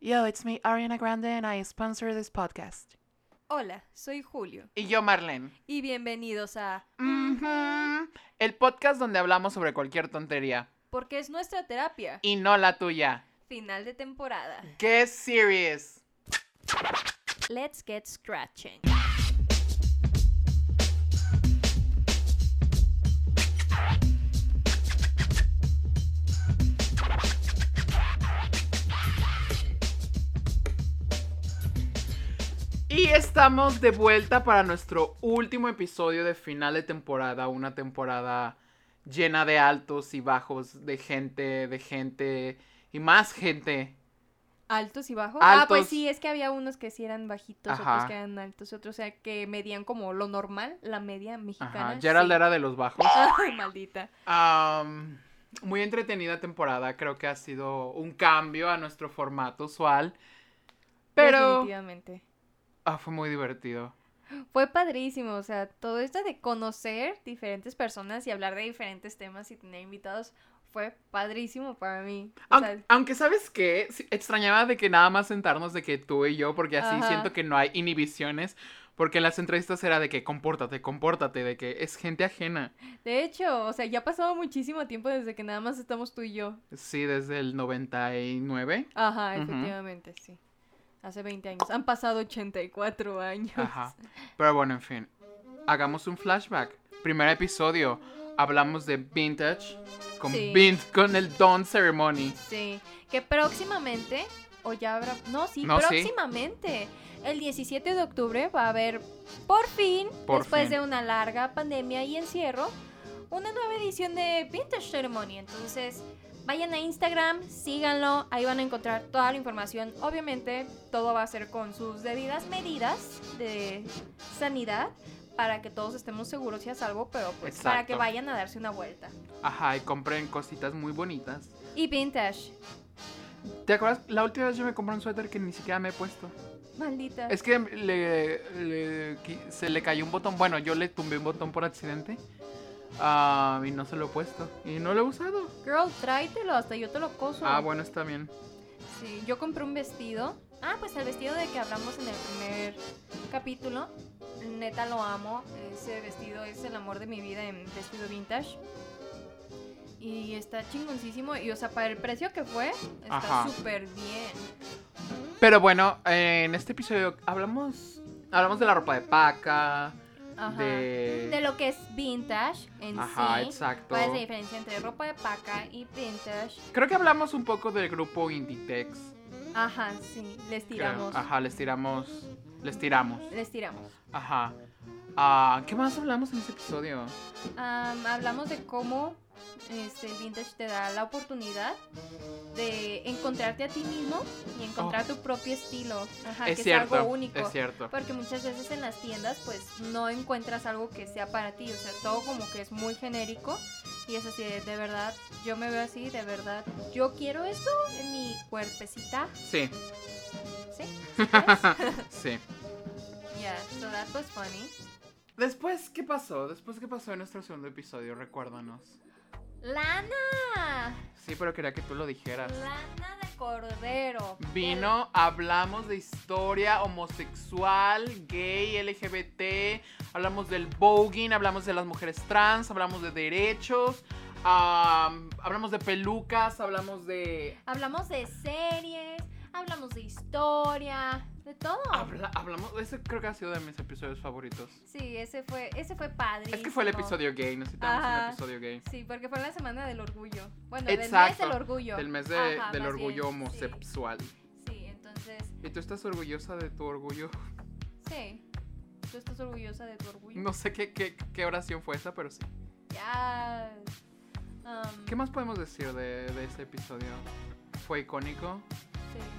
Yo, it's me, Ariana Grande, and I sponsor this podcast. Hola, soy Julio Y yo, Marlene. y bienvenidos a Ujú. El podcast donde hablamos sobre cualquier tontería. Porque es nuestra terapia, Y no la tuya. final de temporada. Get serious. Let's get scratching. Y estamos de vuelta para nuestro último episodio de final de temporada. Una temporada llena de altos y bajos, de gente, de gente y más gente. ¿Altos y bajos? Ah, Altos. pues sí, es que había unos que sí eran bajitos, otros Ajá. que eran altos, otros, o sea, que medían como lo normal, la media mexicana. Ajá. Gerald sí. era de los bajos. Ay, maldita. Am, muy entretenida temporada, creo que ha sido un cambio a nuestro formato usual. Pero Definitivamente. ah, fue muy divertido. Fue padrísimo, o sea, todo esto de conocer diferentes personas y hablar de diferentes temas y tener invitados fue padrísimo para mí. O Aunque, sea, aunque, sabes que extrañaba de que nada más sentarnos de que tú y yo, porque así Ajá. siento que no hay inhibiciones, porque en las entrevistas era de que compórtate, compórtate, de que es gente ajena. de hecho, o sea, ya ha pasado muchísimo tiempo desde que nada más estamos tú y yo. Sí, desde el 99. Ajá, Ujú. efectivamente, sí. Hace 20 años. Han pasado 84 años. Ajá. Pero bueno, en fin. Hagamos un flashback. Primer episodio. Hablamos de vintage con, Sí. vin- con el Dawn Ceremony. Sí, que próximamente, o ya habrá, no, sí, No, sí. próximamente, el 17 de octubre va a haber, por fin, Por después fin. de una larga pandemia y encierro, una nueva edición de Vintage Ceremony. Entonces, vayan a Instagram, síganlo, ahí van a encontrar toda la información. Obviamente, todo va a ser con sus debidas medidas de sanidad para que todos estemos seguros y a salvo, pero pues para que Exacto. vayan a darse una vuelta. Ajá, y compren cositas muy bonitas. Y vintage, ¿Te acuerdas? La última vez yo me compré un suéter que ni siquiera me he puesto. maldita. Es que le- le- qui- se le cayó un botón. Bueno, yo le tumbé un botón por accidente. Ah, y no se lo he puesto. Y no lo he usado. Girl, tráetelo, hasta yo te lo coso. Ah, bueno, está bien. Sí, yo compré un vestido. Ah, pues el vestido de que hablamos en el primer capítulo. Neta lo amo. Ese vestido es el amor de mi vida en vestido vintage. Y está chingoncísimo. Y o sea, para el precio que fue, está Ajá. súper bien. Pero bueno, eh, en este episodio hablamos, hablamos de la ropa de paca. Ajá. De... De lo que es vintage en Ajá, sí. exacto. ¿Cuál es la diferencia entre ropa de paca y vintage? Creo que hablamos un poco del grupo Inditex. Ajá, sí, les creo. tiramos. Ajá, les tiramos. Les tiramos. Les tiramos. Ajá. Ah, ¿Qué más hablamos en ese episodio? Am, hablamos de cómo este, el vintage te da la oportunidad de encontrarte a ti mismo y encontrar tu propio estilo, ajá, Oh. es Ah, que cierto. es algo único. Es cierto. Porque muchas veces en las tiendas pues no encuentras algo que sea para ti, o sea, todo como que es muy genérico y es así, de, de verdad, yo me veo así, de verdad, yo quiero esto en mi cuerpecita, Sí, ¿sí? ¿Ves? sí. yeah, so that was funny. Después, ¿qué pasó? Después, ¿qué pasó en nuestro segundo episodio? Recuérdanos. ¡Lana! Sí, pero quería que tú lo dijeras. Lana de cordero. Vino, hablamos de historia homosexual, gay, LGBT, hablamos del voguing, hablamos de las mujeres trans, hablamos de derechos, am, hablamos de pelucas, hablamos de... Hablamos de series, hablamos de historia, de todo. habla- hablamos, ese creo que ha sido de mis episodios favoritos. Sí, ese fue, ese fue padre. Es que fue el episodio gay, necesitamos Ajá. un episodio gay. Sí, porque fue la semana del orgullo. Bueno, del mes Exacto, del orgullo. Del mes de- Ajá, del más orgullo bien, Sí, homosexual. sí, entonces, ¿Y tú estás orgullosa de tu orgullo? sí. Tú estás orgullosa de tu orgullo. No sé qué, qué, qué oración fue esa, pero sí. Ya. Um, ¿Qué más podemos decir de, de este episodio? Fue icónico.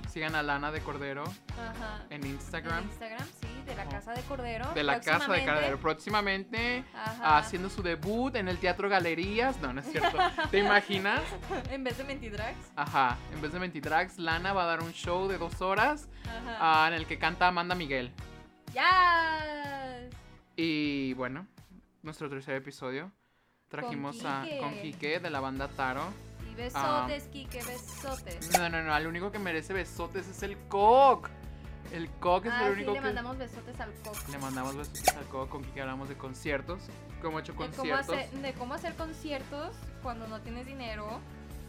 sí, Sigan a Lana de Cordero Ajá. en Instagram. En Instagram, sí, de la Ajá. Casa de Cordero. De la Casa de próximamente. Cordero. Ah, Próximamente Ajá. haciendo su debut en el Teatro Galerías. No, no es cierto. ¿Te imaginas? en vez de Mentidrags. Ajá. En vez de Mentidrax, Lana va a dar un show de dos horas Ajá. ah, en el que canta Amanda Miguel. Ya. Y bueno, nuestro tercer episodio. Trajimos a Quique. con Quique de la banda Taro. Y Besotes, Ah. Kike, besotes. No, no, no. El único que merece besotes es el Coq. El Coq es Ah, el sí, único le que. mandamos besotes al coco. Le mandamos besotes al Coq con quien hablamos de conciertos. Cómo ha hecho De cómo, conciertos. hacer, de cómo hacer conciertos cuando no tienes dinero.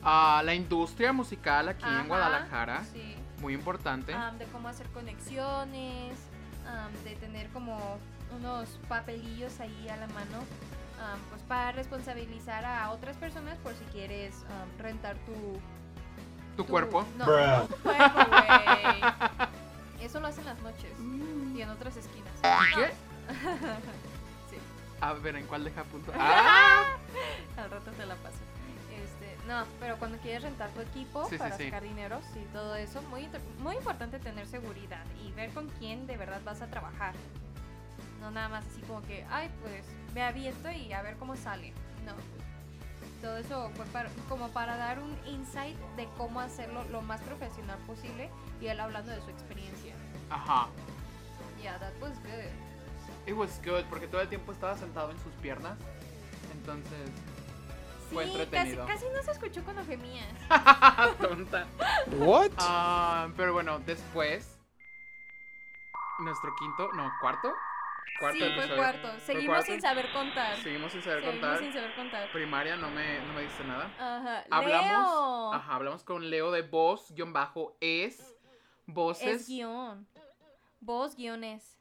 A la industria musical aquí Ajá, en Guadalajara. Sí. Ah, Muy importante. Am, de cómo hacer conexiones, am, de tener como unos papelillos ahí a la mano, am, pues para responsabilizar a otras personas por si quieres am, rentar tu, tu cuerpo. No, Bruh. tu cuerpo, güey. Eso lo hacen las noches y en otras esquinas. ¿Qué? Sí. A ver, ¿en cuál deja punto? Ah, Al rato te la paso. Este, no, pero cuando quieres rentar tu equipo Sí, sí, para sí. sacar dinero, sí, todo eso, muy, inter- muy importante tener seguridad y ver con quién de verdad vas a trabajar. No nada más así como que, ay, pues me aviento y a ver cómo sale. No. Todo eso fue para- como para dar un insight de cómo hacerlo lo más profesional posible y él hablando de su experiencia. ajá. Yeah, that was good. It was good porque todo el tiempo estaba sentado en sus piernas. Entonces, Fue Sí, casi, entretenido. casi no se escuchó cuando gemías. tonta. What? Ah, pero bueno, después nuestro quinto, no, cuarto. Sí, fue episodio. cuarto. Fue Seguimos cuarto. sin saber contar. Seguimos sin saber Seguimos contar. sin saber contar. Primaria no me no me dice nada. Ajá. Hablamos, Leo. ajá, hablamos con Leo de voz guión bajo es voces. Es guión. Vos guiones.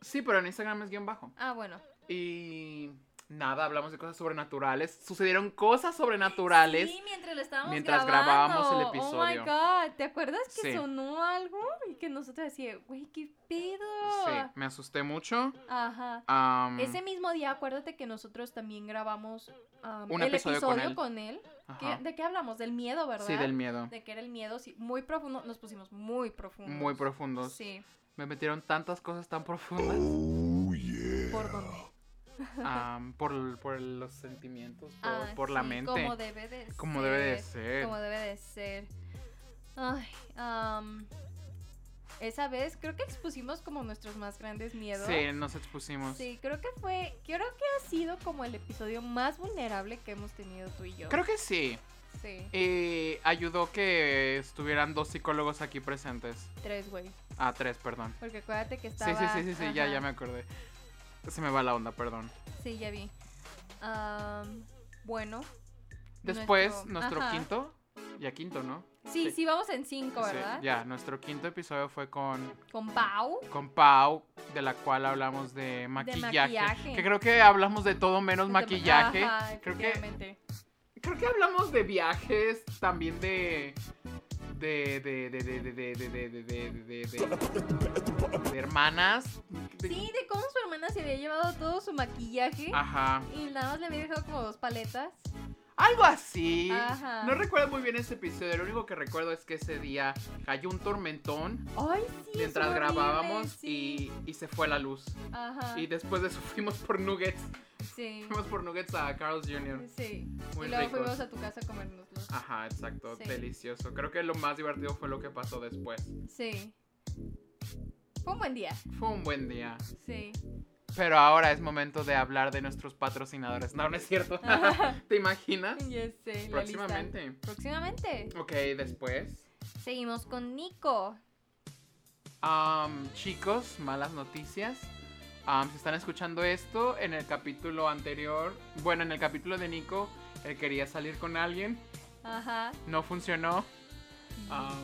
sí, pero en Instagram es guión bajo. Ah, bueno. Y nada, hablamos de cosas sobrenaturales. Sucedieron cosas sobrenaturales. Sí, mientras lo estábamos mientras grabando. grabábamos el Oh my episodio. god. ¿Te acuerdas que Sí. sonó algo? Y que nosotros decíamos, güey, qué pedo. Sí, Mm. me asusté mucho. Ajá. Am, Ese mismo día, acuérdate que nosotros también grabamos um, Un el episodio con él. con él. ¿Qué- ajá. ¿De qué hablamos? Del miedo, ¿verdad? Sí, del miedo. De que era el miedo, sí, muy profundo. Nos pusimos muy profundos. Muy profundos. Sí. Me metieron tantas cosas tan profundas. ¿Por dónde? Am, por, por los sentimientos, por, Ah, por la sí, mente. Como debe de ser. Como debe de ser. Como debe de ser. Ay, am, esa vez creo que expusimos como nuestros más grandes miedos. Sí, nos expusimos. Sí, creo que fue, creo que ha sido como el episodio más vulnerable que hemos tenido tú y yo. Creo que sí. Sí, Y ayudó que estuvieran dos psicólogos aquí presentes. tres, güey. Ah, tres, perdón. Porque acuérdate que Sí, estaba... sí, sí, sí, sí, ya, ajá, ya me acordé. Se me va la onda, perdón. Sí, ya vi. Am, bueno. Después, nuestro, ajá. quinto. Ya quinto, ¿no? Sí, sí. sí, vamos en cinco, Sí, ¿verdad? ya, nuestro quinto episodio fue con, Con Pau. con Pau, de la cual hablamos de maquillaje, maquillaje. Que creo que hablamos de todo menos maquillaje. Ajá, creo que efectivamente. Creo que hablamos de viajes, también de. De. De. De. De. De. De. De. De. De. De. De. de- de hermanas. De- Sí, de cómo su hermana se había llevado todo su maquillaje Ajá. y nada más le había dejado como dos paletas. Algo así. Ajá. No recuerdo muy bien ese episodio. Lo único que recuerdo es que ese día cayó un tormentón Ay, sí. mientras estuvo horrible, grabábamos sí. Ah. y, y se fue la luz. Ajá. Y después de eso fuimos por nuggets. Sí. Fuimos por nuggets a Carl's Jr. Sí. Muy y luego ricos. fuimos a tu casa a comérnoslo. Ajá, exacto. Sí. Delicioso. Creo que lo más divertido fue lo que pasó después. Sí. Fue un buen día. Fue un buen día. Sí. Pero ahora es momento de hablar de nuestros patrocinadores. No, no es cierto. ¿Te imaginas? Ya sé, este, la lista. Próximamente. Próximamente. Ok, después. Seguimos con Nico. Am, chicos, malas noticias. Am, si están escuchando esto, en el capítulo anterior, bueno, en el capítulo de Nico, él quería salir con alguien, Ajá. no funcionó. Am,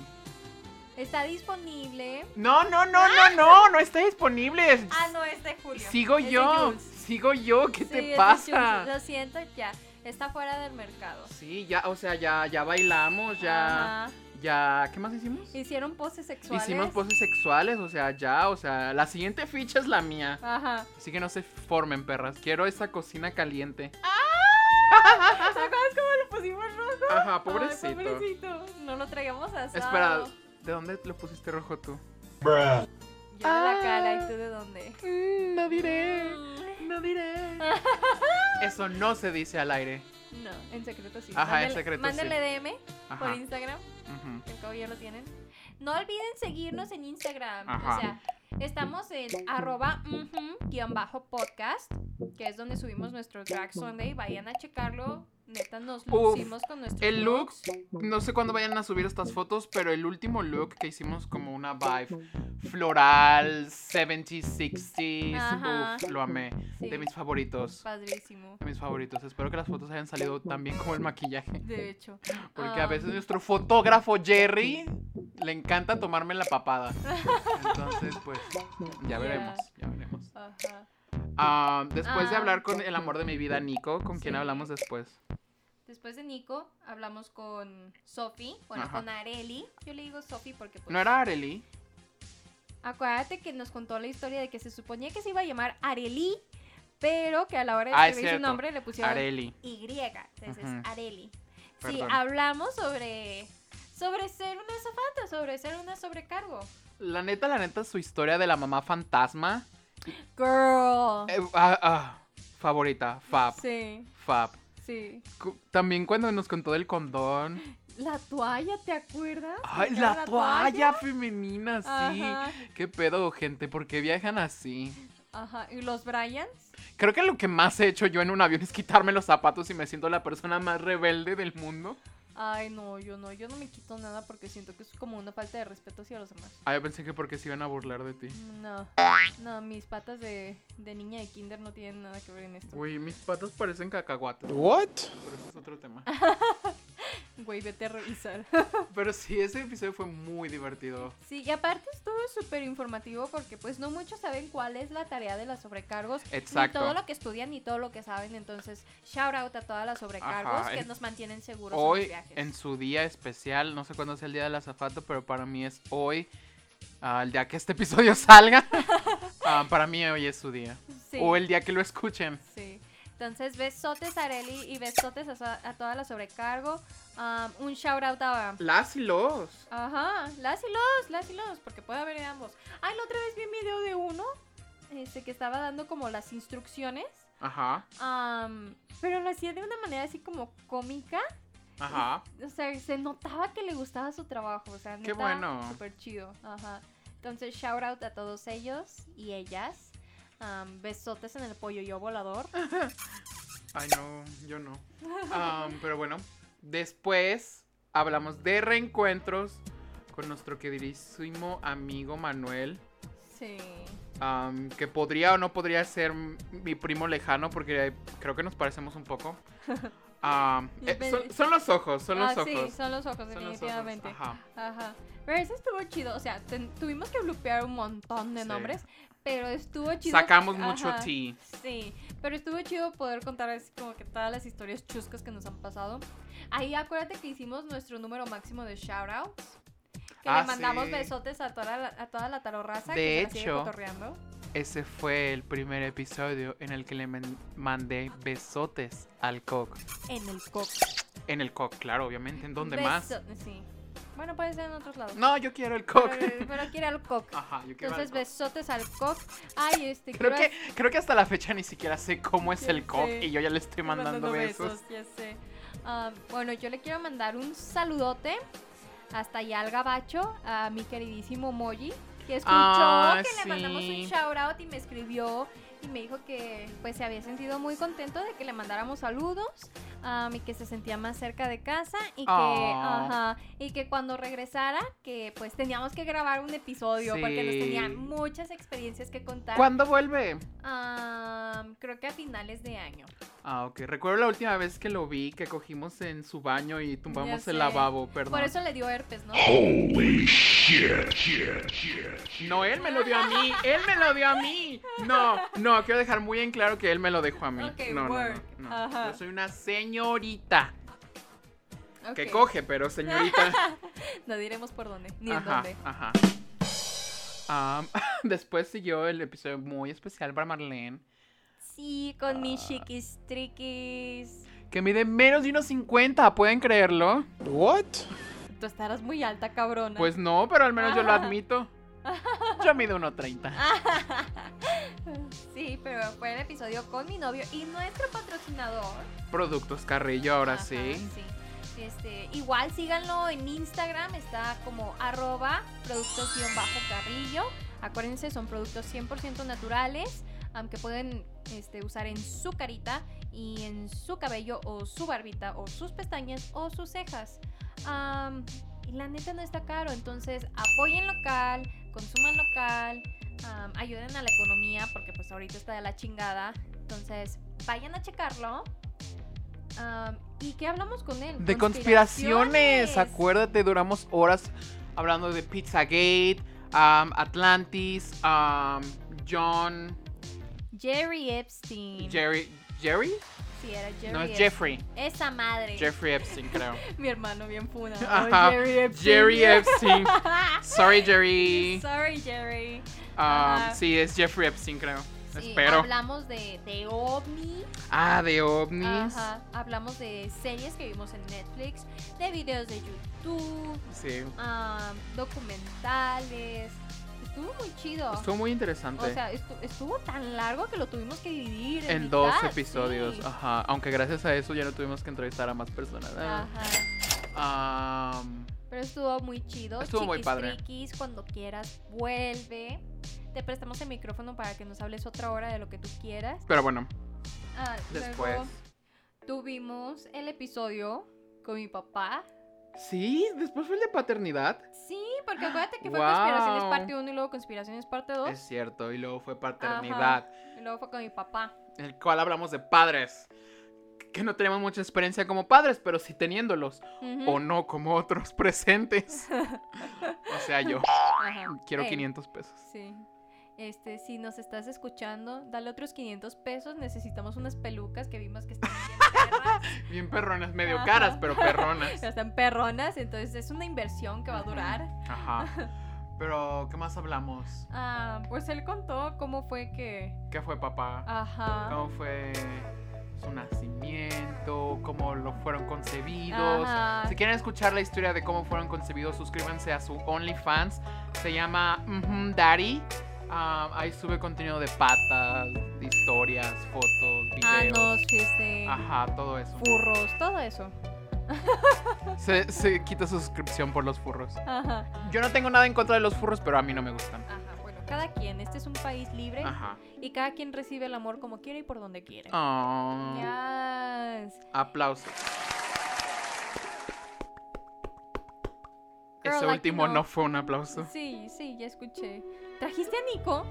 Está disponible. no, no, no, no, no, no está disponible. Ah, no, es de Julio. Sigo Es de yo, Jules. sigo yo, ¿qué Sí, es te de pasa? Jules. Lo siento, ya. Está fuera del mercado. Sí, ya, o sea, ya, ya bailamos, ya, Ajá. ya, ¿qué más hicimos? Hicieron poses sexuales. Hicimos poses sexuales, o sea, ya, o sea, la siguiente ficha es la mía. Ajá. Así que no se formen, perras. Quiero esa cocina caliente. ¿Te acuerdas cómo lo pusimos rojo? Ajá, Ay, pobrecito. pobrecito. No lo traíamos asado. Espera, ¿de dónde lo pusiste rojo tú? Bruh. Yo de la Ah. mm, cara y tú de dónde. Mm, no diré, no diré. Eso no se dice al aire. No, en secreto sí. Ajá, en Mándenle- secreto sí. Mándenle DM por Ajá. Instagram. ujú. El cabo ya lo tienen. No olviden seguirnos en Instagram. Ajá. O sea, estamos en arroba ujú, guión bajo podcast, que es donde subimos nuestro Drag Sunday. Vayan a checarlo. Neta, nos Uf, lucimos con nuestros el look, looks. no sé cuándo vayan a subir estas fotos, pero el último look que hicimos como una vibe floral, 70s, 60s, Ajá. uf, lo amé. Sí, De mis favoritos. Padrísimo. De mis favoritos. Espero que las fotos hayan salido tan bien como el maquillaje. De hecho. Porque a Ah. veces nuestro fotógrafo Jerry le encanta tomarme la papada. Entonces, pues, ya Ya. veremos. Ya veremos. Ajá. Ah, después de Ah. hablar con el amor de mi vida, Nico, ¿con quién Sí. hablamos después? Después de Nico, hablamos con Sophie. Bueno, Ajá. con Areli. Yo le digo Sophie porque pues. ¿No era Areli? Acuérdate que nos contó la historia de que se suponía que se iba a llamar Areli, pero que a la hora de Ah, es escribir su cierto. nombre le pusieron Areli. Y. Entonces Ujú. es Areli. Sí, Perdón. hablamos sobre. Sobre ser una azafata, sobre ser una sobrecargo. La neta, la neta, su historia de la mamá fantasma. Ah. Girl. eh, ah, ah, favorita, Fab. Sí, Fab. sí. Cu- También cuando nos contó del condón. La toalla, ¿te acuerdas? Ay, Que la, era toalla femenina, sí. Ajá, Qué pedo, gente, ¿por qué viajan así? ajá. ¿Y los Bryans? Creo que lo que más he hecho yo en un avión es quitarme los zapatos y me siento la persona más rebelde del mundo. Ay, no, yo no. Yo no me quito nada porque siento que es como una falta de respeto hacia los demás. Ah, yo pensé que porque se iban a burlar de ti. No, no, mis patas de, de niña de kinder no tienen nada que ver en esto. Uy, mis patas parecen cacahuates. What? Pero ese es otro tema. Güey, vete a revisar. Pero sí, ese episodio fue muy divertido. Sí, y aparte estuvo súper informativo porque pues no muchos saben cuál es la tarea de las sobrecargos. Exacto. Ni todo lo que estudian ni todo lo que saben. Entonces, shout out a todas las sobrecargos Ajá, que en- nos mantienen seguros en los Hoy, viajes. en su día especial, no sé cuándo es el día del azafato, pero para mí es hoy, ah, el día que este episodio salga. Ah, para mí hoy es su día. Sí, O el día que lo escuchen. sí. Entonces, besotes a Areli y besotes a, so- a toda la sobrecargo. Am, un shout out a... Las y los. Ajá, las y los, las y los, porque puede haber de ambos. Ay, la otra vez vi un video de uno este, que estaba dando como las instrucciones, Ajá, am, pero lo hacía de una manera así como cómica. ajá. O sea, se notaba que le gustaba su trabajo, o sea, Qué neta, bueno. Súper chido, ajá. Entonces, shout out a todos ellos y ellas. Am, besotes en el pollo yo volador. Ay, no, yo no. Am, pero bueno, después hablamos de reencuentros con nuestro queridísimo amigo Manuel. Sí. am, que podría o no podría ser m- mi primo lejano, porque creo que nos parecemos un poco. Am, eh, son, son los ojos, son los Ah, ojos. Sí, son los ojos, Son los ojos, definitivamente. ajá. Ajá. Pero eso estuvo chido. O sea, ten- tuvimos que bloquear un montón de Sí. nombres. Pero estuvo chido. Sacamos mucho Ajá. tea. Sí. Pero estuvo chido poder contar así como que todas las historias chuscas que nos han pasado. Ahí acuérdate que hicimos nuestro número máximo de shoutouts. Que Ah, le mandamos sí. besotes a toda la, a toda la tarorraza De que se la sigue hecho. cotorreando. Ese fue el primer episodio en el que le men- mandé besotes al cock. En el coco. En el cock, claro, obviamente. ¿En dónde más? Sí. Bueno, puede ser en otros lados. No, yo quiero el cock. Pero, pero quiere al coco. Ajá, yo quiero Entonces, el cock. besotes al coco. Ay, este. Creo quiero que, creo que hasta la fecha ni siquiera sé cómo es Ya el cock sé. y yo ya le estoy mandando, besos. ya sé. Ah, bueno, yo le quiero mandar un saludote hasta allá al gabacho, a mi queridísimo Moji, que escuchó Ah, que le mandamos un sí. shout out y me escribió y me dijo que pues se había sentido muy contento de que le mandáramos saludos ah, y que se sentía más cerca de casa y que, Ah. ajá, y que cuando regresara que pues teníamos que grabar un episodio porque nos Sí. tenía muchas experiencias que contar. ¿Cuándo vuelve? Ah, creo que a finales de año. Ah, ok. Recuerdo la última vez que lo vi, que cogimos en su baño y tumbamos Ya el sé. lavabo, perdón. Por eso le dio herpes, ¿no? Holy shit, shit, shit. No, él me lo dio a mí, él me lo dio a mí. No, no, quiero dejar muy en claro que él me lo dejó a mí. Ok, no, no, no, work. no, Ajá. Yo soy una señorita Ok. que coge, pero señorita. No diremos por dónde, ni en ajá, dónde. ajá. Am, después siguió el episodio muy especial para Marlene, Sí, con Ah. mis chiquis triquis. que mide menos de unos 50, ¿pueden creerlo? What? Tú estarás muy alta, cabrona. Pues no, pero al menos yo lo Ajá. admito. Yo mido 1.30. Sí, pero fue el episodio con mi novio y nuestro patrocinador. Productos Carrillo, ahora Ajá, sí. Este, igual síganlo en Instagram, está como arroba productos-carrillo. Acuérdense, son productos 100% naturales. am, que pueden este, usar en su carita y en su cabello o su barbita o sus pestañas o sus cejas. Am, y la neta no está caro, entonces apoyen local, consuman local, am, ayuden a la economía porque pues ahorita está de la chingada. Entonces vayan a checarlo. Am, ¿Y qué hablamos con él? De conspiraciones, acuérdate, duramos horas hablando de Pizzagate, um, Atlantis, um, John, Jerry Epstein. Jerry, Jerry? Sí, era Jerry. No, es Epstein. Jeffrey. Esa madre. Jeffrey Epstein, creo. Mi hermano bien funa. Ajá, Ay, Jerry Epstein. Jerry Epstein. Sorry, Jerry. Sorry, Jerry. Um, Ajá. sí, es Jeffrey Epstein, creo. Sí, Espero. Hablamos de, de ovni. Ah, de ovnis. Ajá. Hablamos de series que vimos en Netflix, de videos de YouTube, Sí. ah, documentales. Estuvo muy chido. Estuvo muy interesante. Oh. o sea, estu- estuvo tan largo que lo tuvimos que dividir en, en dos mitad, episodios. sí. Ajá. Aunque gracias a eso ya no tuvimos que entrevistar a más personas. Ah. Ajá. Um, Pero estuvo muy chido. Estuvo muy Chiquis padre. triquis, cuando quieras, vuelve. Te prestamos el micrófono para que nos hables otra hora de lo que tú quieras. pero bueno, Ah, después. Luego tuvimos el episodio con mi papá. Sí, después fue el de paternidad. Sí, porque acuérdate que fue Wow. Conspiraciones parte 1 y luego Conspiraciones parte 2. Es cierto, y luego fue paternidad, Y luego fue con mi papá. en el cual hablamos de padres. Que no tenemos mucha experiencia como padres, pero sí teniéndolos. Ujú. O no como otros presentes. o sea, yo Ajá. quiero Ey, 500 pesos. Sí. Este, si nos estás escuchando, dale otros 500 pesos. Necesitamos unas pelucas que vimos que están bien perras. Bien perronas, medio Ajá. caras, pero perronas. Pero están perronas, entonces es una inversión que va a Ujú. durar. Ajá. Pero, ¿qué más hablamos? Ah, pues él contó cómo fue que. ¿Qué fue papá? Ajá. cómo fue su nacimiento, cómo lo fueron concebidos. Ajá. Si quieren escuchar la historia de cómo fueron concebidos, suscríbanse a su OnlyFans. Se llama Ujú Daddy. Ah, ahí sube contenido de patas, de historias, fotos, videos. Anos, este. Ajá, todo eso. Furros, todo eso. Se, se quita su suscripción por los furros. Ajá. Yo no tengo nada en contra de los furros, pero a mí no me gustan. Ajá. Bueno, cada quien. Este es un país libre Ajá. y cada quien recibe el amor como quiere y por donde quiere. Oh, Yes. Aplausos. Girl, Ese like, último no. no fue un aplauso. Sí, sí, ya escuché. ¿Trajiste a Nico?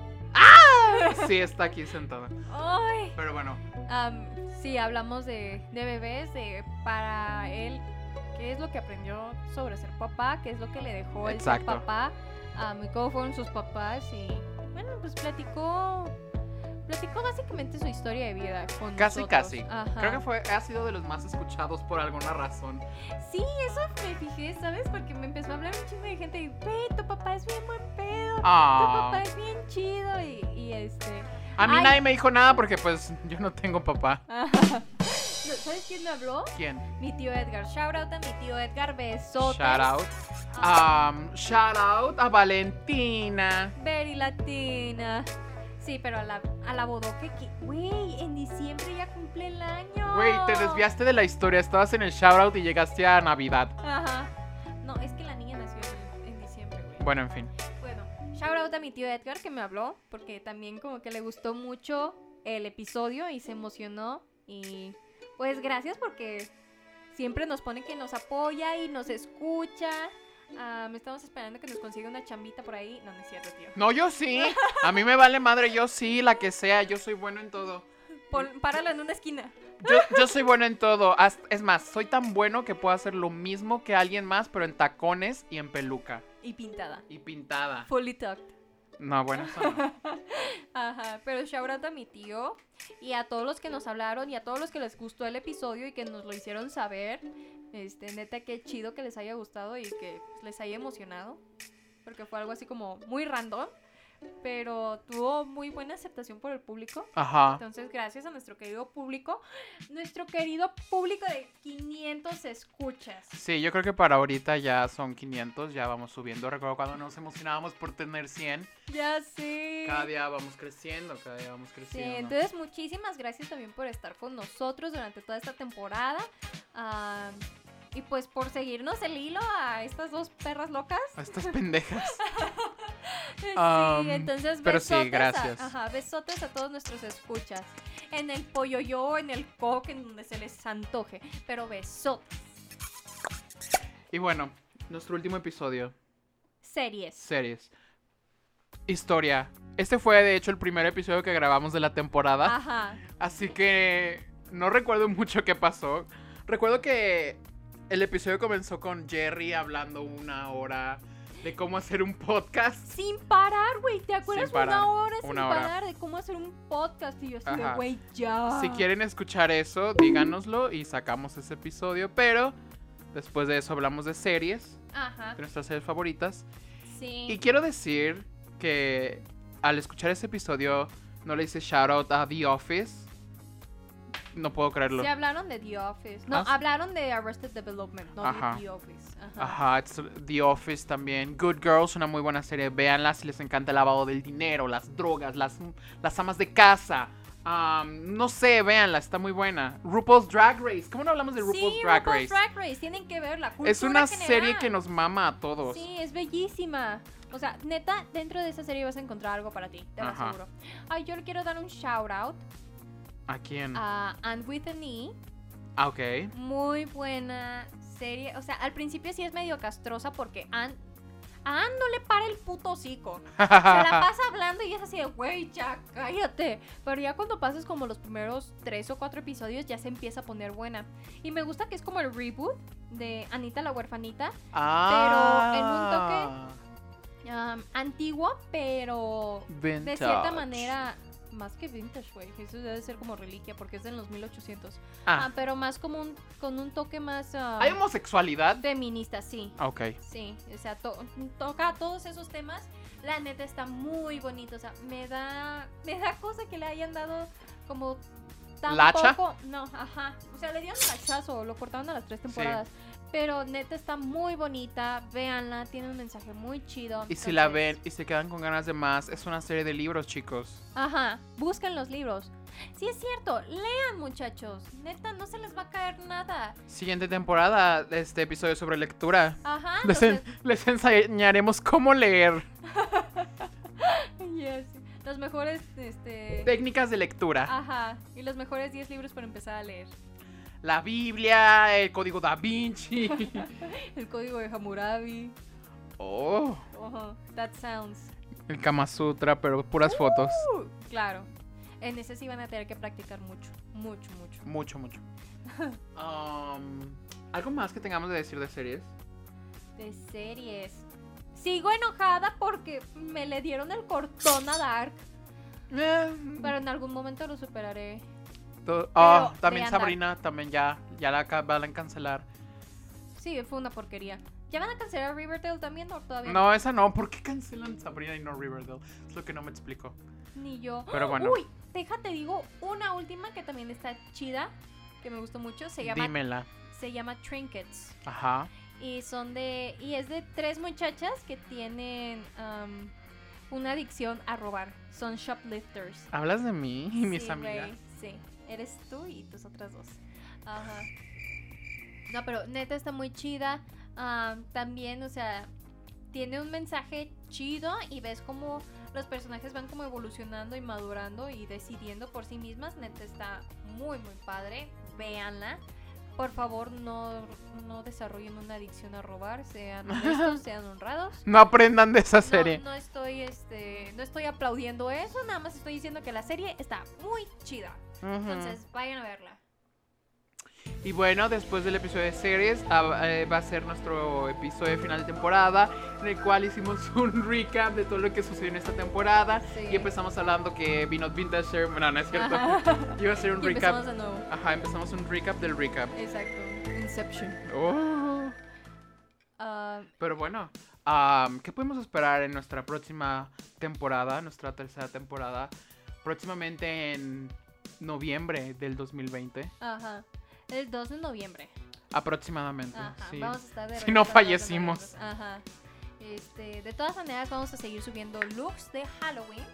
Sí, está aquí sentada. ¡Ay! Pero bueno, Am, sí, hablamos de, de bebés, de para él, qué es lo que aprendió sobre ser papá, qué es lo que le dejó el ser Exacto. papá, am, y cómo fueron sus papás y bueno, pues platicó, platicó básicamente su historia de vida con Casi, nosotros. casi. Ajá. creo que fue, ha sido de los más escuchados por alguna razón. Sí, eso me fijé, ¿sabes? Porque me empezó a hablar un chingo de gente y, güey, tu papá es bien buen pedo, tu papá Ah, es bien chido y, y este... a mí Ay. nadie me dijo nada porque pues yo no tengo papá. ajá. No, ¿Sabes quién me habló? ¿Quién? Mi tío Edgar. Shout out a mi tío Edgar. Besotes. Shout out. Ah, Um, shout out a Valentina. very latina. Sí, pero a la, a la bodoque que. Güey, en diciembre ya cumple el año. Güey, te desviaste de la historia. Estabas en el shout out y llegaste a Navidad. Ajá. No, es que la niña nació en, en diciembre, güey. Bueno, en fin. Bueno, shout out a mi tío Edgar que me habló. Porque también como que le gustó mucho el episodio y se emocionó. Y pues gracias porque siempre nos pone que nos apoya y nos escucha. Ah, me estamos esperando que nos consiga una chambita por ahí. No, no es cierto, tío. No, yo sí. A mí me vale madre, yo sí, la que sea. Yo soy bueno en todo. Pon- páralo en una esquina. Yo, yo soy bueno en todo. Haz- Es más, soy tan bueno que puedo hacer lo mismo que alguien más, pero en tacones y en peluca. Y pintada. Y pintada. Fully tucked. No, bueno, eso no. Ajá, pero shout out a mi tío y a todos los que nos hablaron y a todos los que les gustó el episodio y que nos lo hicieron saber. Este, neta, qué chido que les haya gustado y que pues, les haya emocionado. Porque fue algo así como muy random, pero tuvo muy buena aceptación por el público. Ajá. Entonces, gracias a nuestro querido público, nuestro querido público de 500 escuchas. Sí, yo creo que para ahorita ya son 500, ya vamos subiendo. Recuerdo cuando nos emocionábamos por tener 100. Ya sé. Cada día vamos creciendo, cada día vamos Sí, creciendo. entonces muchísimas gracias también por estar con nosotros durante toda esta temporada. Ah, y pues por seguirnos el hilo a estas dos perras locas. A Estas pendejas. Am, sí, entonces pero sí, besotes, gracias. A, ajá, besotes a todos nuestros escuchas. En el pollo yo, en el coc, en donde se les antoje. Pero besotes. Y bueno, nuestro último episodio, Series. series. Historia. Este fue de hecho el primer episodio que grabamos de la temporada. Ajá. Así que no recuerdo mucho qué pasó. Recuerdo que el episodio comenzó con Jerry hablando una hora de cómo hacer un podcast. Sin parar, güey. ¿Te acuerdas? parar, una hora sin una hora. parar de cómo hacer un podcast. Y yo así de, Ajá. güey, ya. Si quieren escuchar eso, díganoslo y sacamos ese episodio. Pero después de eso hablamos de series, Ajá. de nuestras series favoritas. Sí. Y quiero decir que al escuchar ese episodio no le hice shout out a The Office. No puedo creerlo. Sí, hablaron de The Office. No, Ah, sí. hablaron de Arrested Development, no Ajá. de The Office. Ajá. Ajá, it's- The Office también. Good Girls, una muy buena serie. Véanla si les encanta el lavado del dinero, las drogas, las, las amas de casa. Am, no sé, véanla, está muy buena. RuPaul's Drag Race. ¿Cómo no hablamos de RuPaul's sí, Drag RuPaul's Race? Drag Race. Tienen que verla. es cultura una general. serie que nos mama a todos. Sí, es bellísima. O sea, neta, dentro de esa serie vas a encontrar algo para ti, te lo Ajá. aseguro. Ay, yo le quiero dar un shout out ¿A quién? a And With an E. Ah, ok. Muy buena serie. O sea, al principio sí es medio castrosa porque Anne. A Anne no le para el puto hocico. Se la pasa hablando y es así de, güey, ya cállate. Pero ya cuando pasas como los primeros tres o cuatro episodios, ya se empieza a poner buena. Y me gusta que es como el reboot de Anita la huerfanita. Ah. um, antiguo, pero Vintage. de cierta manera más que vintage, güey. Eso debe ser como reliquia porque es de los 1800. Ah, Ah, pero más como un, con un toque más ah, ¿Hay homosexualidad? feminista, sí. Ah, Ok. Sí, o sea, to- toca todos esos temas. La neta está muy bonito, o sea, me da me da cosa que le hayan dado como tan ¿Lacha? poco, no, ajá. O sea, le dieron lachazo, lo cortaron a las tres temporadas. Pero neta está muy bonita, véanla, tiene un mensaje muy chido. Y si la entonces- ven y se quedan con ganas de más, es una serie de libros, chicos. Ajá, busquen los libros. Sí es cierto, lean muchachos. Neta, no se les va a caer nada. Siguiente temporada, este episodio sobre lectura. Ajá. Les, los, en- les enseñaremos cómo leer. me- Yes. Los mejores, este... Técnicas de lectura. Ajá, y los mejores 10 libros para empezar a leer. La Biblia, el código da Vinci. El código de Hammurabi. Oh, Ojo, that sounds. el Kama Sutra, pero puras fotos. Uh, claro. En ese sí van a tener que practicar mucho, mucho, mucho. Mucho, mucho. Um, ¿Algo más que tengamos de decir de series? De series. Sigo enojada porque me le dieron el cortón a Dark, Eh, pero en algún momento lo superaré. to- ah, pero también veanla. Sabrina, también ya, ya la ca- van a cancelar. Sí, fue una porquería. ¿Ya van a cancelar Riverdale también o todavía No, esa no. ¿Por qué cancelan Sabrina y no Riverdale? Es lo que no me explico. Ni yo. Pero bueno. Uy, déjate digo una última que también está chida, que me gustó mucho. Se llama, Dímela. se llama Trinkets. Ajá. Y son de. Y es de tres muchachas que tienen am, una adicción a robar. Son shoplifters. ¿Hablas de mí y mis Sí, güey, amigas? sí. Eres tú y tus otras dos. Ajá. No, pero neta está muy chida. Am, también, o sea, tiene un mensaje chido y ves como los personajes van como evolucionando y madurando y decidiendo por sí mismas. Neta está muy, muy padre. Véanla. Por favor, no, no desarrollen una adicción a robar. Sean honestos, sean honrados. No aprendan de esa No, serie. No, estoy este, no estoy aplaudiendo eso, nada más estoy diciendo que la serie está muy chida. Ujú. Entonces, vayan a verla. Y bueno, después del episodio de series ah, eh, va a ser nuestro episodio de final de temporada en el cual hicimos un recap de todo lo que sucedió en esta temporada Sí. y empezamos hablando que vino Vintage Share, no, no es cierto, iba a ser un Y recap. empezamos de nuevo. Ajá, empezamos un recap del recap. Exacto. Inception. Oh. Ah, Pero bueno, am, ¿qué podemos esperar en nuestra próxima temporada, nuestra tercera temporada? Próximamente en noviembre del 2020, ajá. El 2 de noviembre. aproximadamente. Ajá. sí. Vamos a estar de Si regreso no el 2 de fallecimos. noviembre. Ajá. Este, de todas maneras, vamos a seguir subiendo looks de Halloween.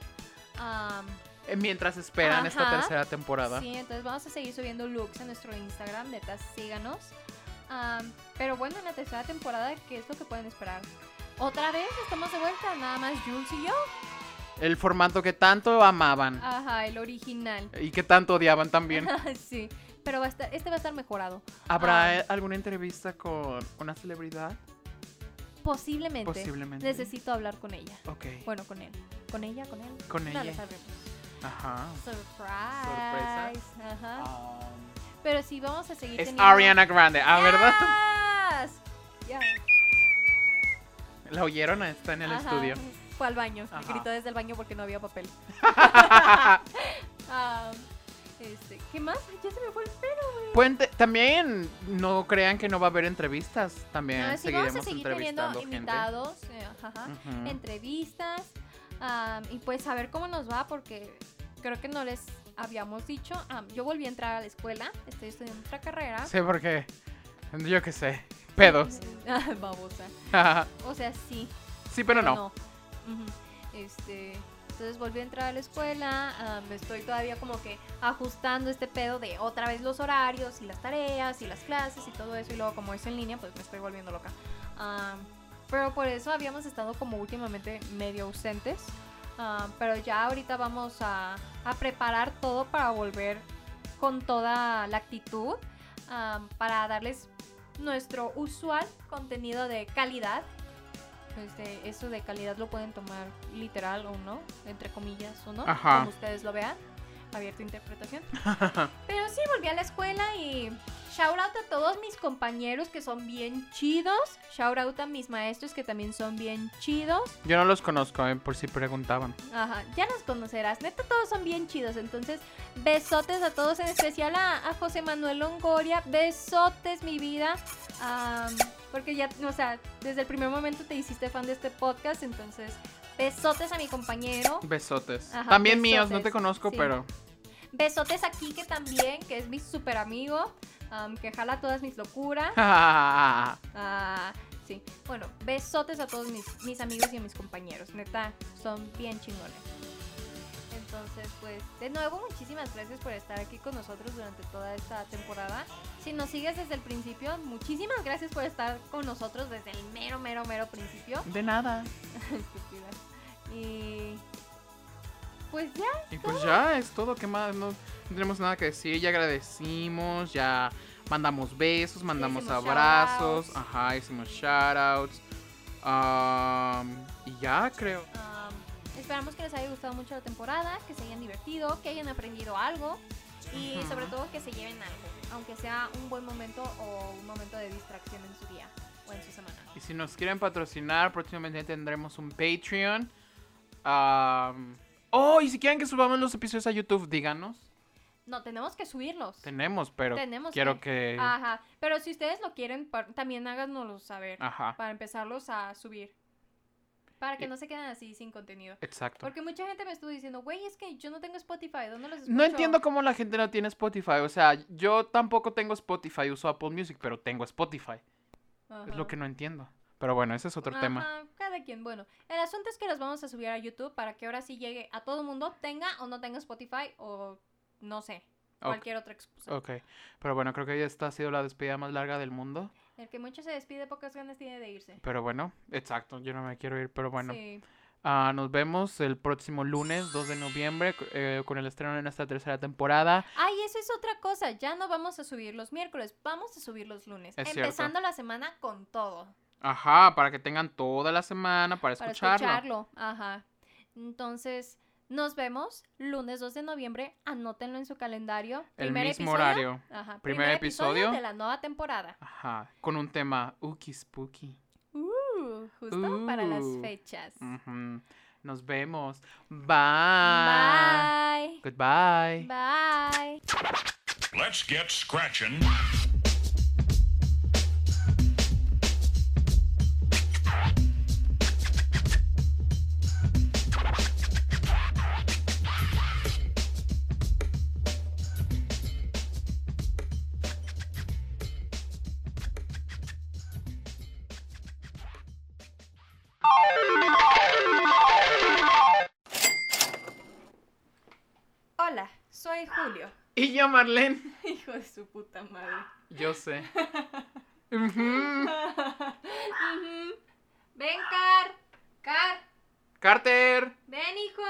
Ah, Eh, Mientras esperan esta Ajá. tercera temporada. Sí, entonces vamos a seguir subiendo looks en nuestro Instagram, neta, síganos. Am, pero bueno, en la tercera temporada, ¿qué es lo que pueden esperar? Otra vez estamos de vuelta, nada más Jules y yo. El formato que tanto amaban Ajá, el original. y que tanto odiaban también. sí, pero va a estar- este va a estar mejorado. ¿Habrá alguna entrevista con una celebridad? Posiblemente. Posiblemente. Necesito hablar con ella. Ok. Bueno, con él. ¿Con ella? ¿Con él? Con No, lo ella. sabremos. Ajá. Um, Surprise. Ajá. Pero sí, vamos a seguir Ah. es teniendo... Ariana Grande. Ah, ¿verdad? ¿verdad? Ya. La oyeron, está en el Ajá. estudio. Fue al baño. Ajá. Gritó desde el baño porque no había papel. Ah, este, ¿Qué más? Ay, Ya se me fue el pelo. Puente, también no crean que no va a haber entrevistas. También No, sí, Eh, seguiremos vamos a seguir entrevistando teniendo gente. invitados, eh, ajá, ajá, Ujú. entrevistas am, y pues a ver cómo nos va porque creo que no les habíamos dicho. am, yo volví a entrar a la escuela, estoy estudiando otra carrera. Sí, porque yo qué sé. Pedos. Ah, Babosa. O sea, sí. sí, pero no. Ujú. Este, entonces volví a entrar a la escuela, ah, me estoy todavía como que ajustando este pedo de otra vez los horarios y las tareas y las clases y todo eso y luego como es en línea pues me estoy volviendo loca. Ah, pero por eso habíamos estado como últimamente medio ausentes, ah, pero ya ahorita vamos a, a preparar todo para volver con toda la actitud ah, para darles nuestro usual contenido de calidad este, eso de calidad lo pueden tomar literal o no, entre comillas o no, Ajá. como ustedes lo vean. Abierta interpretación. Pero sí, volví a la escuela y shout out a todos mis compañeros que son bien chidos. Shout out a mis maestros que también son bien chidos. Yo no los conozco, eh, por si preguntaban. Ajá, ya los conocerás. Neta, todos son bien chidos. Entonces, besotes a todos, en especial a, a José Manuel Longoria. Besotes, mi vida. Am, porque ya, o sea, desde el primer momento te hiciste fan de este podcast. Entonces, besotes a mi compañero. Besotes. Ajá, también míos, no besotes, te conozco, sí. pero Besotes a Kike también, que es mi super amigo. am, que jala todas mis locuras. Ah, sí. Bueno, besotes a todos mis, mis amigos y a mis compañeros. Neta, son bien chingones. Entonces, pues, de nuevo, muchísimas gracias por estar aquí con nosotros durante toda esta temporada. Si nos sigues desde el principio, muchísimas gracias por estar con nosotros desde el mero, mero, mero principio. de nada. Estúpida. Y. Pues ya. Y pues ya es todo, ¿qué más? No, no tenemos nada que decir, ya agradecimos, ya mandamos besos, mandamos hicimos abrazos, shoutouts. ajá, hicimos shoutouts. am, y ya creo. Um, esperamos que les haya gustado mucho la temporada, que se hayan divertido, que hayan aprendido algo y Ujú. sobre todo que se lleven algo, aunque sea un buen momento o un momento de distracción en su día o en su semana. Y si nos quieren patrocinar, próximamente tendremos un Patreon. am, oh, y si quieren que subamos los episodios a YouTube, díganos. No, tenemos que subirlos. Tenemos, pero Tenemos Ah. quiero que... Ajá, pero si ustedes lo quieren, par- también háganoslo saber Ajá, para empezarlos a subir. Para que Y- no se queden así sin contenido. exacto. Porque mucha gente me estuvo diciendo, güey, es que yo no tengo Spotify, ¿dónde los escucho? No entiendo cómo la gente no tiene Spotify. O sea, yo tampoco tengo Spotify, uso Apple Music, pero tengo Spotify. Es Ajá. lo que no entiendo. Pero bueno, ese es otro tema. Ajá, cada quien. Bueno, el asunto es que los vamos a subir a YouTube para que ahora sí llegue a todo el mundo, tenga o no tenga Spotify o no sé, cualquier otra excusa. Ok. Pero bueno, creo que ya esta ha sido la despedida más larga del mundo. El que mucho se despide, pocas ganas tiene de irse. Pero bueno, exacto, yo no me quiero ir, pero bueno. Sí. Ah, nos vemos el próximo lunes, 2 de noviembre, c- eh, con el estreno de nuestra tercera temporada. Ay, eso es otra cosa. Ya no vamos a subir los miércoles, vamos a subir los lunes. Es cierto. empezando la semana con todo. Ajá, para que tengan toda la semana para Para escucharlo. escucharlo. Ajá. Entonces, nos vemos lunes 2 de noviembre. Anótenlo en su calendario. El Primer mismo episodio. horario. Ajá. Primer episodio. de la nueva temporada. Ajá, con un tema Ookie Spooky. Uh, justo para las Uh. fechas. Ujú. Nos vemos. Bye. Goodbye. Bye. Let's get scratching. Hola, soy Julio. Y yo, Marlene. Hijo de su puta madre. Yo sé. Ujú. Ujú. Ven, Car. Car, Carter. ven, hijo.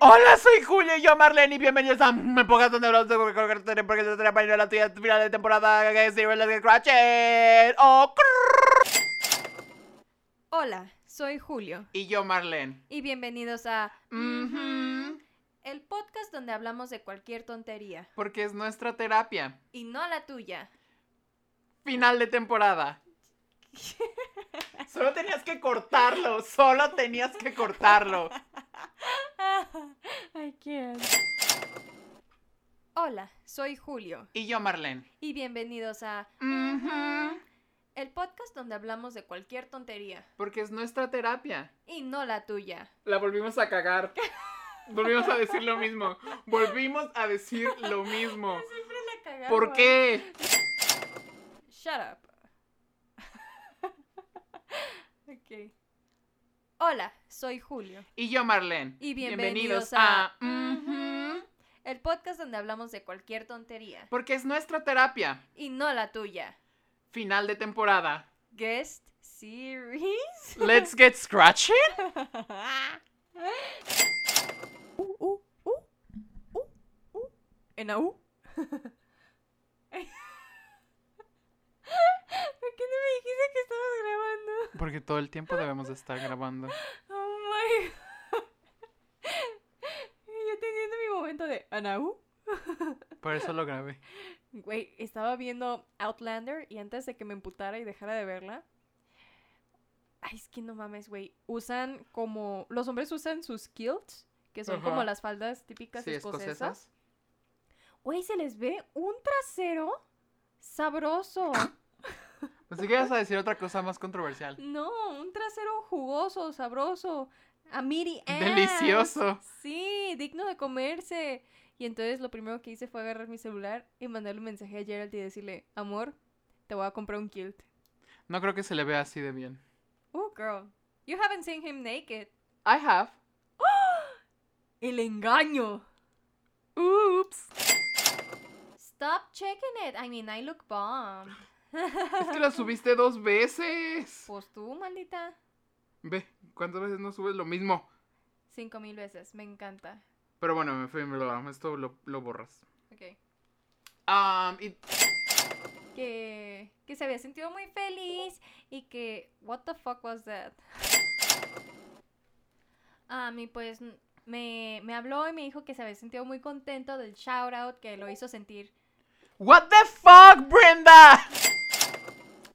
Hola, soy Julio y yo, Marlene, y bienvenidos a Me Pocas donde hablamos de Carter porque se trae para la tuya final de temporada que es Zero Let's Get Crashed. Oh, crrr. Hola, soy Julio. y yo, Marlene. Y bienvenidos a Mhm. el podcast donde hablamos de cualquier tontería. Porque es nuestra terapia. Y no la tuya. Final de temporada. Solo tenías que cortarlo, solo tenías que cortarlo. Ay, qué Hola, soy Julio. Y yo, Marlene. Y bienvenidos a Mhm. el podcast donde hablamos de cualquier tontería. Porque es nuestra terapia. Y no la tuya. La volvimos a cagar. Volvimos a decir lo mismo. Volvimos a decir lo mismo. Siempre la cagamos. ¿Por qué? Shut up. ok. Hola, soy Julio. Y yo, Marlene. Y bienvenidos a- Ujú. El podcast donde hablamos de cualquier tontería. Porque es nuestra terapia. Y no la tuya. Final de temporada. Guest series. Let's get scratching. Uh, uh, uh, uh, uh. En AU. ¿Por qué no me dijiste que estamos grabando? Porque todo el tiempo debemos de estar grabando. Oh my god. Yo teniendo mi momento de Anaú. Por eso lo grabé. Güey, estaba viendo Outlander y antes de que me emputara y dejara de verla. Ay, es que no mames, güey. Usan como. Los hombres usan sus kilts, que son como Ajá. las faldas típicas Sí, escocesas. escocesas. Güey, se les ve un trasero sabroso. Así que Pues vas a decir otra cosa más controversial. No, un trasero jugoso, sabroso. A miri ass. Delicioso. Sí, digno de comerse. Y entonces lo primero que hice fue agarrar mi celular y mandarle un mensaje a Gerald y decirle, amor, te voy a comprar un kilt. No creo que se le vea así de bien. Oh, girl, you haven't seen him naked. I have. El engaño. Oops. Stop checking it. I mean, I look bomb. Es que lo subiste dos veces. Pues tú, maldita. Ve, ¿cuántas veces no subes lo mismo? Cinco mil veces. Me encanta. Pero bueno, en fin, lo- esto lo, lo borras. Ok. Um, y que, que se había sentido muy feliz y que what the fuck was that a mí pues n- me, me habló y me dijo que se había sentido muy contento del shout out que lo hizo sentir What the fuck, Brenda?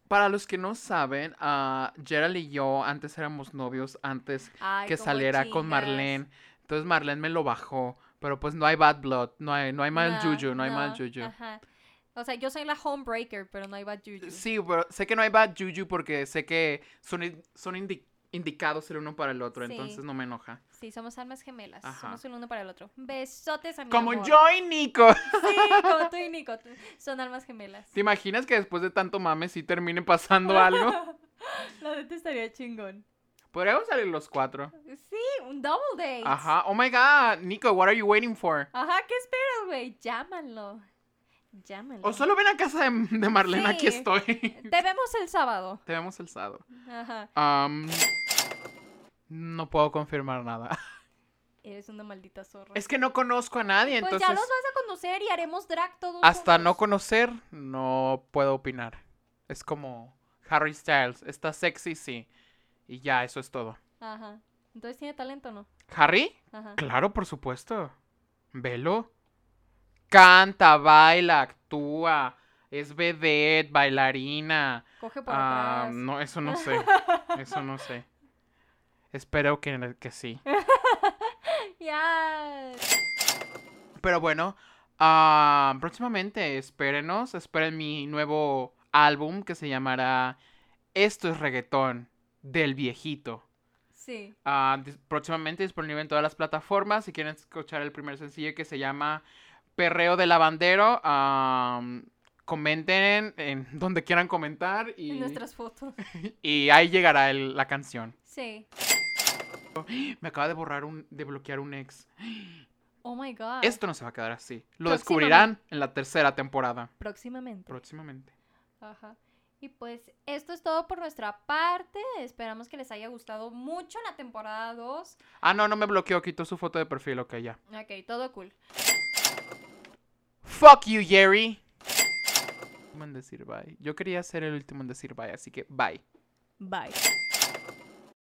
Para los que no saben, ah, Gerald y yo antes éramos novios antes Ay, que cómo saliera con chingas. Marlene. Entonces Marlene me lo bajó, pero pues no hay bad blood, no hay no hay mal juju, no, hay mal juju. ajá. o sea yo soy la homebreaker pero no hay bad juju Sí, pero sé que no hay bad juju porque sé que son in- son indi- indicados el uno para el otro, Sí. entonces no me enoja. Sí, somos almas gemelas Ajá. somos el uno para el otro besotes a mi Como amor. yo y Nico. sí como tú y Nico tú- son almas gemelas ¿Te imaginas que después de tanto mame sí termine pasando algo? la neta estaría chingón Podríamos salir los cuatro. sí un double date Ajá. Oh my god, Nico, what are you waiting for? Ajá, ¿qué esperas, güey? Llámalo. Llámalo. O solo ven a casa de, de Marlene, aquí Sí. estoy. Te vemos el sábado. Te vemos el sábado. Ajá. Am, no puedo confirmar nada. Eres una maldita zorra. Es que no conozco a nadie, pues entonces ya los vas a conocer y haremos drag todos hasta no juntos. conocer no puedo opinar. Es como Harry Styles, está sexy, sí. Y ya, eso es todo. Ajá. Entonces tiene talento, o ¿no? ¿Harry? Ajá. Claro, por supuesto. Velo. Canta, baila, actúa, es vedette, bailarina. Coge por Ah, atrás. no, eso no sé. Eso no sé. Espero que, que sí. Eh. Ya. Pero bueno, ah, próximamente espérenos. Esperen mi nuevo álbum que se llamará Esto es reggaetón del viejito. Sí. Ah, dis- próximamente disponible en todas las plataformas. Si quieren escuchar el primer sencillo que se llama Perreo de Lavandero, ah, comenten en donde quieran comentar En y, nuestras fotos. y ahí llegará el- la canción. Sí. Me acaba de borrar un, de bloquear un ex. Oh my god. Esto no se va a quedar así. Lo Próximamente. descubrirán en la tercera temporada. Próximamente. Próximamente. Ajá. Y pues esto es todo por nuestra parte. Esperamos que les haya gustado mucho la temporada 2. Ah, no, no me bloqueó, quitó su foto de perfil, ok, ya. Ok, todo cool. Fuck you, Jerry. Último en decir bye. Yo quería ser el último en decir bye, así que bye. Bye.